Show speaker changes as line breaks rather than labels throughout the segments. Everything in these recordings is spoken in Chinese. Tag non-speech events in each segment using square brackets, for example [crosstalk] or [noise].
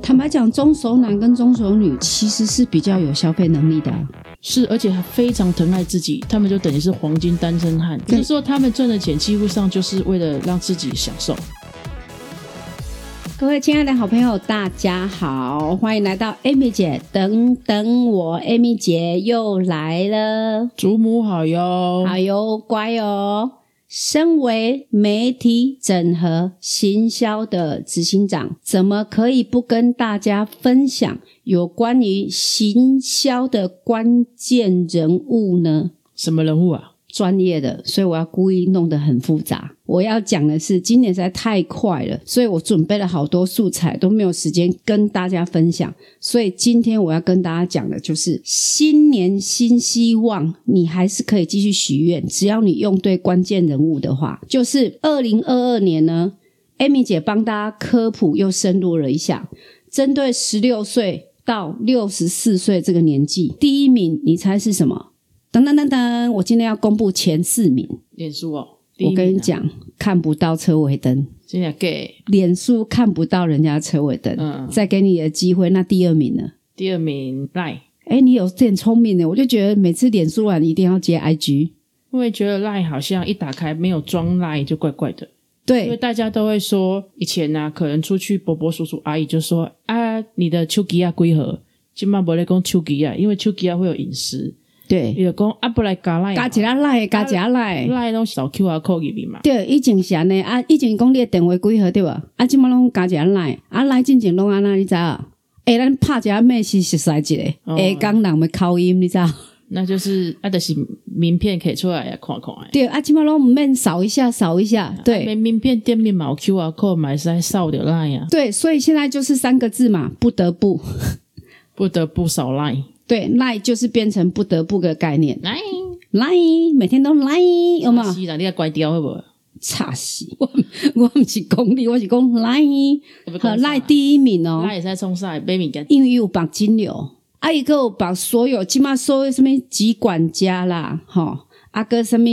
坦白讲，中熟男跟中熟女其实是比较有消费能力的啊、
是，而且还非常疼爱自己，他们就等于是黄金单身汉。也就是说，他们赚的钱几乎上就是为了让自己享受。
各位亲爱的好朋友，大家好，欢迎来到 Amy 姐，等等我，Amy 姐又来了。
祖母好哟，
哎呦，乖哦！身为媒体整合行销的执行长，怎么可以不跟大家分享有关于行销的关键人物呢？
什么人物啊？
专业的，所以我要故意弄得很复杂。我要讲的是，今年实在太快了，所以我准备了好多素材都没有时间跟大家分享。所以今天我要跟大家讲的就是新年新希望，你还是可以继续许愿，只要你用对关键人物的话。就是二零二二年呢，Amy 姐帮大家科普又深入了一下，针对十六岁到六十四岁这个年纪，第一名你猜是什么？噔噔噔噔！我今天要公布前四名。
脸书哦，
我跟你，讲，看不到车尾灯，
真的 gay，
脸书看不到人家车尾灯。
嗯，
再给你的机会，那第二名呢？
第二名 Line，
哎，你有点聪明呢，我就觉得每次脸书完一定要接 IG。
因为觉得 Line 好像一打开没有装 Line 就怪怪的，因为
对
大家都会说，以前呢、啊可能出去伯伯叔叔阿姨就说啊，你的手机啊归何？今嘛不来讲手机啊，因为手机啊会有隐私，
对，
伊就讲啊不来加 Line，
加一下来，加一下来。
Line 拢扫 QR code 入面嘛。
对，以前是安尼啊，以前讲你的电话几号对吧？啊，即马拢加一下来，啊来进前拢安那，你知啊？哎，咱拍一下咩是熟悉一个，
哦
下讲人要口音，你知道？
那就是啊，就是名片摕出来啊，看看诶。
对，啊，即马拢毋免扫一下，扫一下，对。
啊名片店面嘛有 QR code 嘛是扫着 line 啊，
对，所以现在就是三个字嘛，不得不。
不得不扫 line。
对，赖就是变成不得不的概念，
来，
赖每天都赖，有没有？
是啦，你要关掉会不会？
差死！我我不是讲你，我是讲赖，和赖第一名哦，
啊 line 也是冲上来买物件，
因为伊有绑金流，啊，伊个有绑所有，起码所有什么集管家啦，吼，啊个什么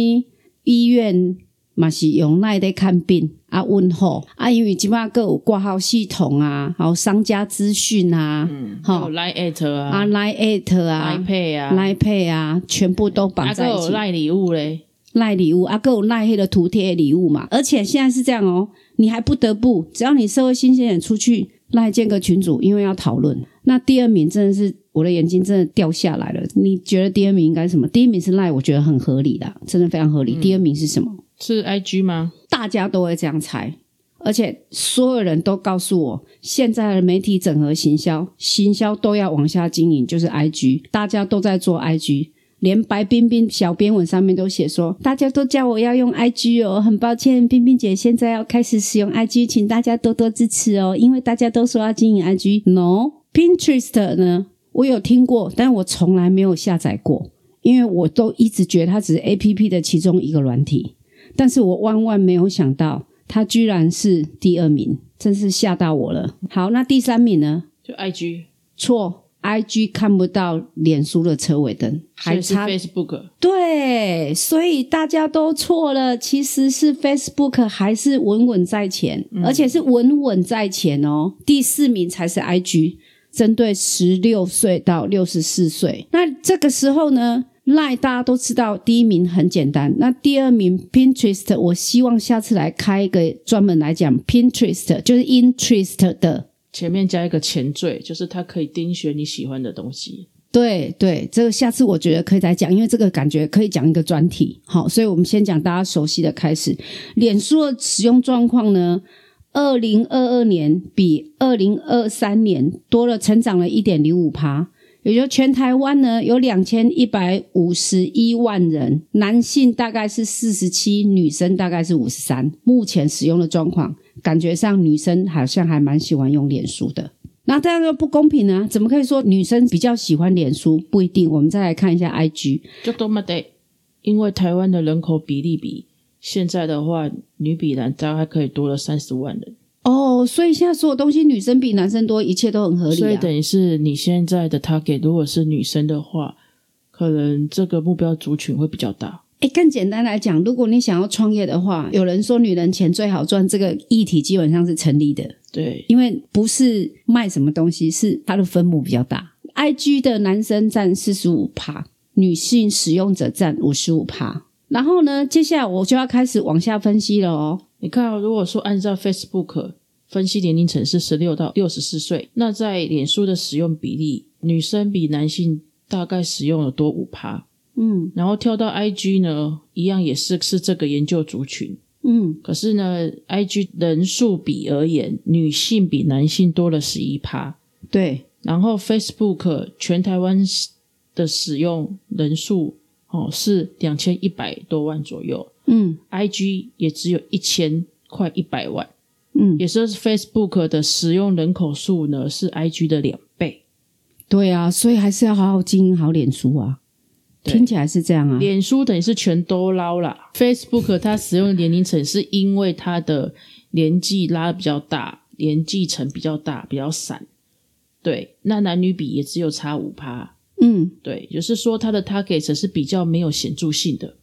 医院嘛是用赖在看病啊问候，啊因为起码个有挂号系统啊，还有商家资讯啊，
嗯，还
好
有 line at 啊
啊 Line at 啊
，line pay 啊，
赖配啊，全部都绑
啊，还
在一
有
起。
line 礼物嘞，
赖礼物啊，各有赖黑的图贴礼物嘛。而且现在是这样哦，你还不得不，只要你社会新鲜人出去赖建个群组，因为要讨论。那第二名真的是我的眼睛真的掉下来了。你觉得第二名应该是什么？第一名是赖，我觉得很合理啦，真的非常合
嗯
理。第二名是什么？
是 IG 吗？
大家都会这样猜，而且所有人都告诉我，现在的媒体整合行销，行销都要往下经营，就是 IG，大家都在做 IG。连白冰冰小编文上面都写说，大家都叫我要用 IG 哦，很抱歉，冰冰姐现在要开始使用 IG，请大家多多支持哦，因为大家都说要经营 IG。No，Pinterest 呢，我有听过，但我从来没有下载过，因为我都一直觉得它只是 APP 的其中一个软体。但是我万万没有想到，他居然是第二名，真是吓到我了。好，那第三名呢？
就 IG，
错，IG 看不到脸书的车尾灯，
所
还
以是
差
Facebook，
对，所以大家都错了。其实是 Facebook 还是稳稳在前，而且是稳稳在前哦。第四名才是 IG，针对十六岁到六十四岁。那这个时候呢？赖大家都知道，第一名很简单。那第二名 Pinterest，我希望下次来开一个专门来讲 Pinterest，就是 interest 的
前面加一个前缀，就是它可以盯选你喜欢的东西。
对对，这个下次我觉得可以再讲，因为这个感觉可以讲一个专题。好，所以我们先讲大家熟悉的开始。脸书的使用状况呢，二零二二年比二零二三年多了，成长了一点零五趴。也就是全台湾呢有两千一百五十一万人，男性大概是四十七，女生大概是五十三。目前使用的状况，感觉上女生好像还蛮喜欢用脸书的。那这样就不公平啊！怎么可以说女生比较喜欢脸书？不一定。我们再来看一下 IG，
就多么得，因为台湾的人口比例比现在的话，女比男大概可以多了三十万人，
哦，所以现在所有东西女生比男生多，一切都很合理、啊。
所以等于是你现在的 target 如果是女生的话，可能这个目标族群会比较大。
哎，更简单来讲，如果你想要创业的话，有人说女人钱最好赚，这个议题基本上是成立的，
对，
因为不是卖什么东西，是它的分母比较大。I G 的男生占四十五趴，女性使用者占五十五趴。然后呢，接下来我就要开始往下分析了哦。
你看、哦，如果说按照 Facebook 分析年龄层是十六到六十四岁，那在脸书的使用比例，女生比男性大概使用了多五趴。
嗯
然后跳到 IG 呢，一样也是是这个研究族群，
嗯，
可是呢，IG 人数比而言，女性比男性多了十一趴。
对，
然后 Facebook 全台湾的使用人数哦是两千一百多万左右
嗯
，IG 也只有一千快一百万，
嗯，
也就是 Facebook 的使用人口数呢是 IG 的两倍。
对啊，所以还是要好好经营好脸书啊。
对
听起来是这样啊，
脸书等于是全都捞啦 Facebook 它使用的年龄层是因为它的年纪拉的比较大，年纪层比较大，比较散。对，那男女比也只有差五趴。
嗯，
对，就是说它的 target 是比较没有显著性的。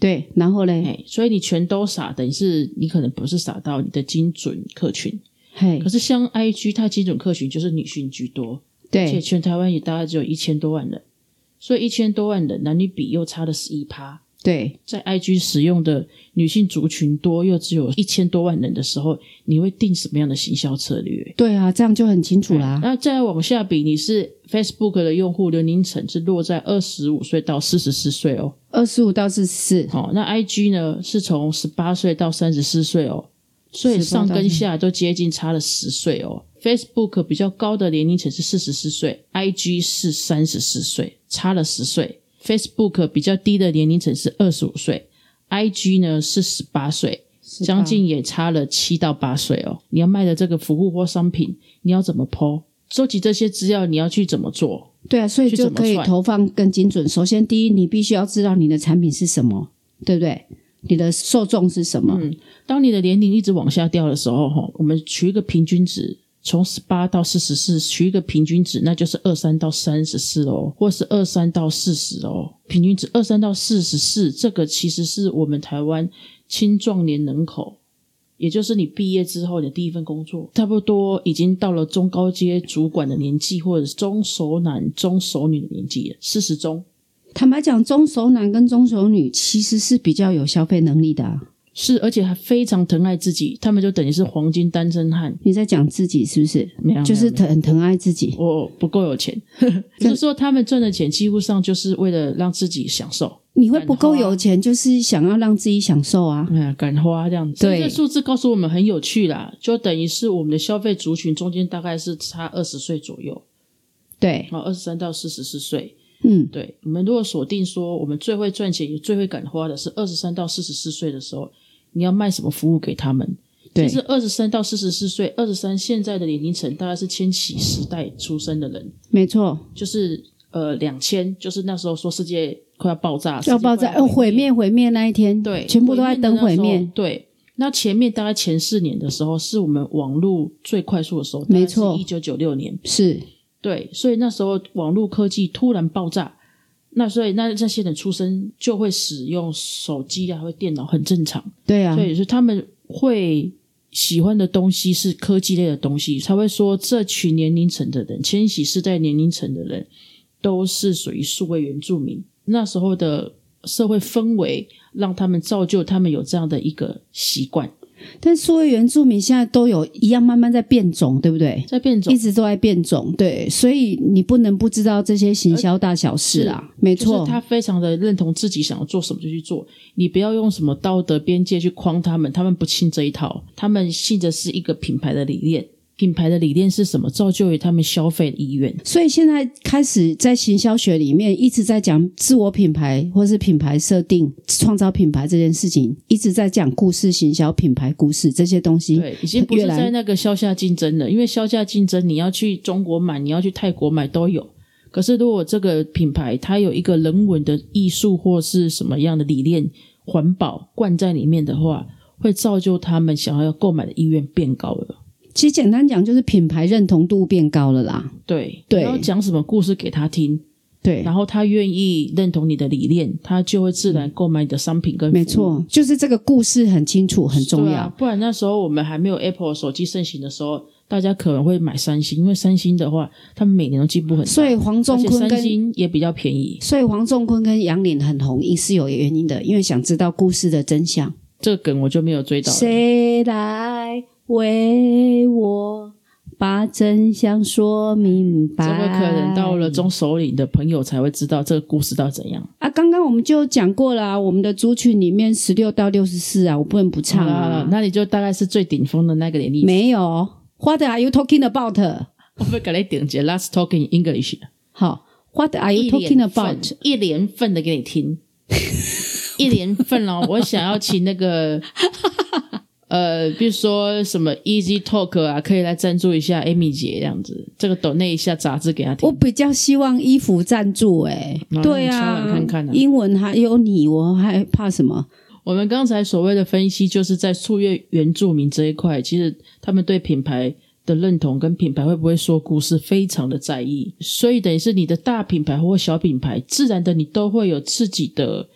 对，然后嘞，
哎，所以你全都撒，等于是你可能不是撒到你的精准客群。
嘿
可，是像 IG，它精准客群就是女性居多，而且
对，
全台湾也大概只有一千多万人，所以一千多万人男女比又差了十一趴。
对，
在 IG 使用的女性族群多，又只有一千多万人的时候，你会定什么样的行销策略？
对啊，这样就很清楚啦。
那再往下比，你是 Facebook 的用户年龄层是落在二十五岁到四十四岁哦。
二十五到四十四，
哦，那 IG 呢是从十八岁到三十四岁哦，所以
18
上
到
跟下都接近差了十岁哦。Facebook 比较高的年龄层是四十四岁，IG 是三十四岁，差了十岁。Facebook 比较低的年龄层是二十五岁，IG 呢是十八岁，将近也差了七到八岁哦。你要卖的这个服务或商品，你要怎么剖？收集这些资料，你要去怎么做？
对啊，所以
去
就
怎么
可以
算
投放更精准。首先，第一，你必须要知道你的产品是什么，对不对？你的受众是什么？
当你的年龄一直往下掉的时候，哈，我们取一个平均值，从十八到四十四，取一个平均值，那就是二三到三十四哦，或是二三到四十哦，平均值二三到四十四，这个其实是我们台湾青壮年人口。也就是你毕业之后，你的第一份工作，差不多已经到了中高阶主管的年纪，或者是中熟男、中熟女的年纪了，四十中。
坦白讲，中熟男跟中熟女其实是比较有消费能力的、啊。
是，而且还非常疼爱自己，他们就等于是黄金单身汉，
你在讲自己是不是？
没有，
就是
没有
疼很疼爱自己。
我不够有钱， [laughs] 就是说他们赚的钱几乎上就是为了让自己享受，
你会不够
感化
有钱，就是想要让自己享受啊。
哎呀，敢花这样子。
对
这数字告诉我们很有趣啦，就等于是我们的消费族群中间大概是差二十岁左右，
对，
哦，二十三到四十四岁。
嗯，
对，我们如果锁定说我们最会赚钱也最会敢花的是二十三到四十四岁的时候，你要卖什么服务给他们？
对
其实二十三到四十四岁，二十三现在的年龄层大概是千禧时代出生的人。
没错，
就是呃两千就是那时候说世界快要爆炸，
要爆炸，
世界快
要毁灭，毁灭那一天，
对，
全部都在等毁
的那时
灭
候。对。那前面大概前四年的时候，是我们网络最快速的时候，
没错
一九九六年，
是，
对，所以那时候网络科技突然爆炸，那所以那这些人出生就会使用手机啊，或电脑，很正常，
对啊
所，以是他们会喜欢的东西是科技类的东西，才会说这群年龄层的人，千禧世代年龄层的人都是属于数位原住民。那时候的社会氛围让他们造就他们有这样的一个习惯，
但数位原住民现在都有一样慢慢在变种，对不对？
在变种
一。直都在变种，对，所以你不能不知道这些行销大小事啊，没
就是
错，
他非常的认同自己想要做什么就去做，你不要用什么道德边界去框他们，他们不信这一套，他们信的是一个品牌的理念，品牌的理念是什么，造就于他们消费的意愿。
所以现在开始在行销学里面一直在讲自我品牌或是品牌设定、创造品牌这件事情，一直在讲故事行销、品牌故事这些东西，
对，已经不
越
是
来
在那个销价竞争了，因为销价竞争，你要去中国买，你要去泰国买都有。可是如果这个品牌它有一个人文的艺术或是什么样的理念、环保灌在里面的话，会造就他们想要购买的意愿变高了。
其实简单讲就是品牌认同度变高了啦，
对，
对
你要讲什么故事给他听，
对，
然后他愿意认同你的理念，他就会自然购买你的商品跟服务
没错，就是这个故事很清楚，很重
对
要。
啊。不然那时候我们还没有 Apple 手机盛行的时候，大家可能会买三星，因为三星的话，他们每年都进步很大，
所以黄
而
仲
且
坤
三
跟
星也比较便宜。
所以黄仲坤跟杨林很红，一是有原因的，因为想知道故事的真相。
这个梗我就没有追到了。
谁来为我把真相说明白？
这个可能到了中首领的朋友才会知道这个故事到底怎样。
啊！刚刚我们就讲过了啊、我们的族群里面十六到六十四啊，我不能不唱
好了好了
啊。，
那你就大概是最顶峰的那个年龄。
没有，What are you talking about？
我们给你顶级 last talk in English，
好，What are you
一
哎 talking
连份
about？
一连份的给你
[laughs]
听，一连份哦。我想要请
[laughs]
那个呃，比如说什么 Easy Talk 啊，可以来赞助一下 Amy 姐这样子，这个抖那一下杂志给她
我
听。
比较希望衣服赞助、欸，
啊
对啊
敲，碗看看啊
英文还有你，我还怕什么？
我们刚才所谓的分析，就是在促越原住民这一块，其实他们对品牌的认同跟品牌会不会说故事非常的在意，所以等于是你的大品牌或小品牌，自然的你都会有自己的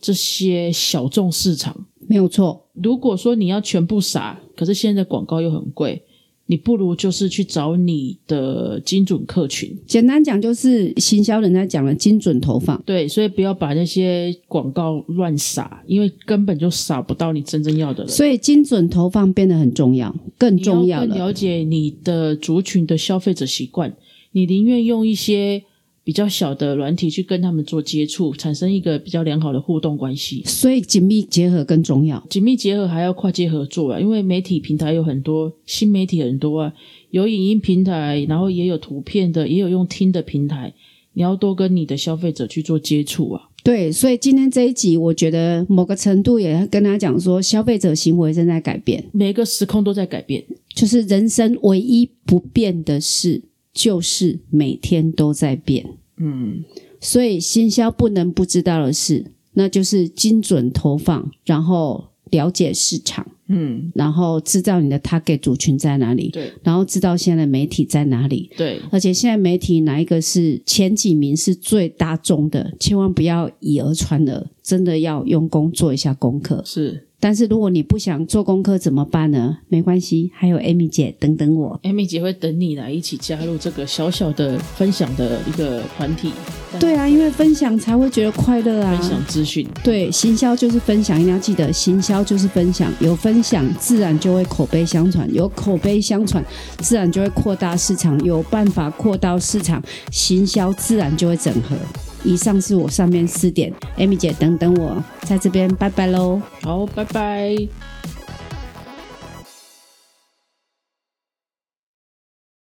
这些小众市场。
没有错，
如果说你要全部撒，可是现在广告又很贵，你不如就是去找你的精准客群。
简单讲就是行销人在讲的精准投放。
对，所以不要把那些广告乱撒，因为根本就撒不到你真正要的人。
所以精准投放变得很重要，更
你
重要
更
了。
了解你的族群的消费者习惯，你宁愿用一些比较小的软体去跟他们做接触，产生一个比较良好的互动关系。
所以紧密结合更重要。
紧密结合还要跨界合作啊，因为媒体平台有很多，新媒体很多啊，有影音平台，然后也有图片的，也有用听的平台，你要多跟你的消费者去做接触啊。
对，所以今天这一集，我觉得某个程度也跟他讲说，消费者行为正在改变，
每个时空都在改变，
就是人生唯一不变的事，就是每天都在变。
嗯，
所以新销不能不知道的事，那就是精准投放，然后了解市场，
嗯，
然后知道你的 target 族群在哪里，
对
然后知道现在的媒体在哪里，
对，
而且现在媒体哪一个是前几名是最大众的，千万不要以讹传讹，真的要用功做一下功课。
是
但是如果你不想做功课怎么办呢？没关系，还有 Amy 姐等等我。
Amy 姐会等你来一起加入这个小小的分享的一个团体，
对啊，因为分享才会觉得快乐
分享
啊。
资讯。
对，行销就是分享，一定要记得，行销就是分享，有分享自然就会口碑相传，有口碑相传，自然就会扩大市场，有办法扩大市场，行销自然就会整合。以上是我上面四点，Amy 姐等等我在这边，拜拜喽。
好，拜拜。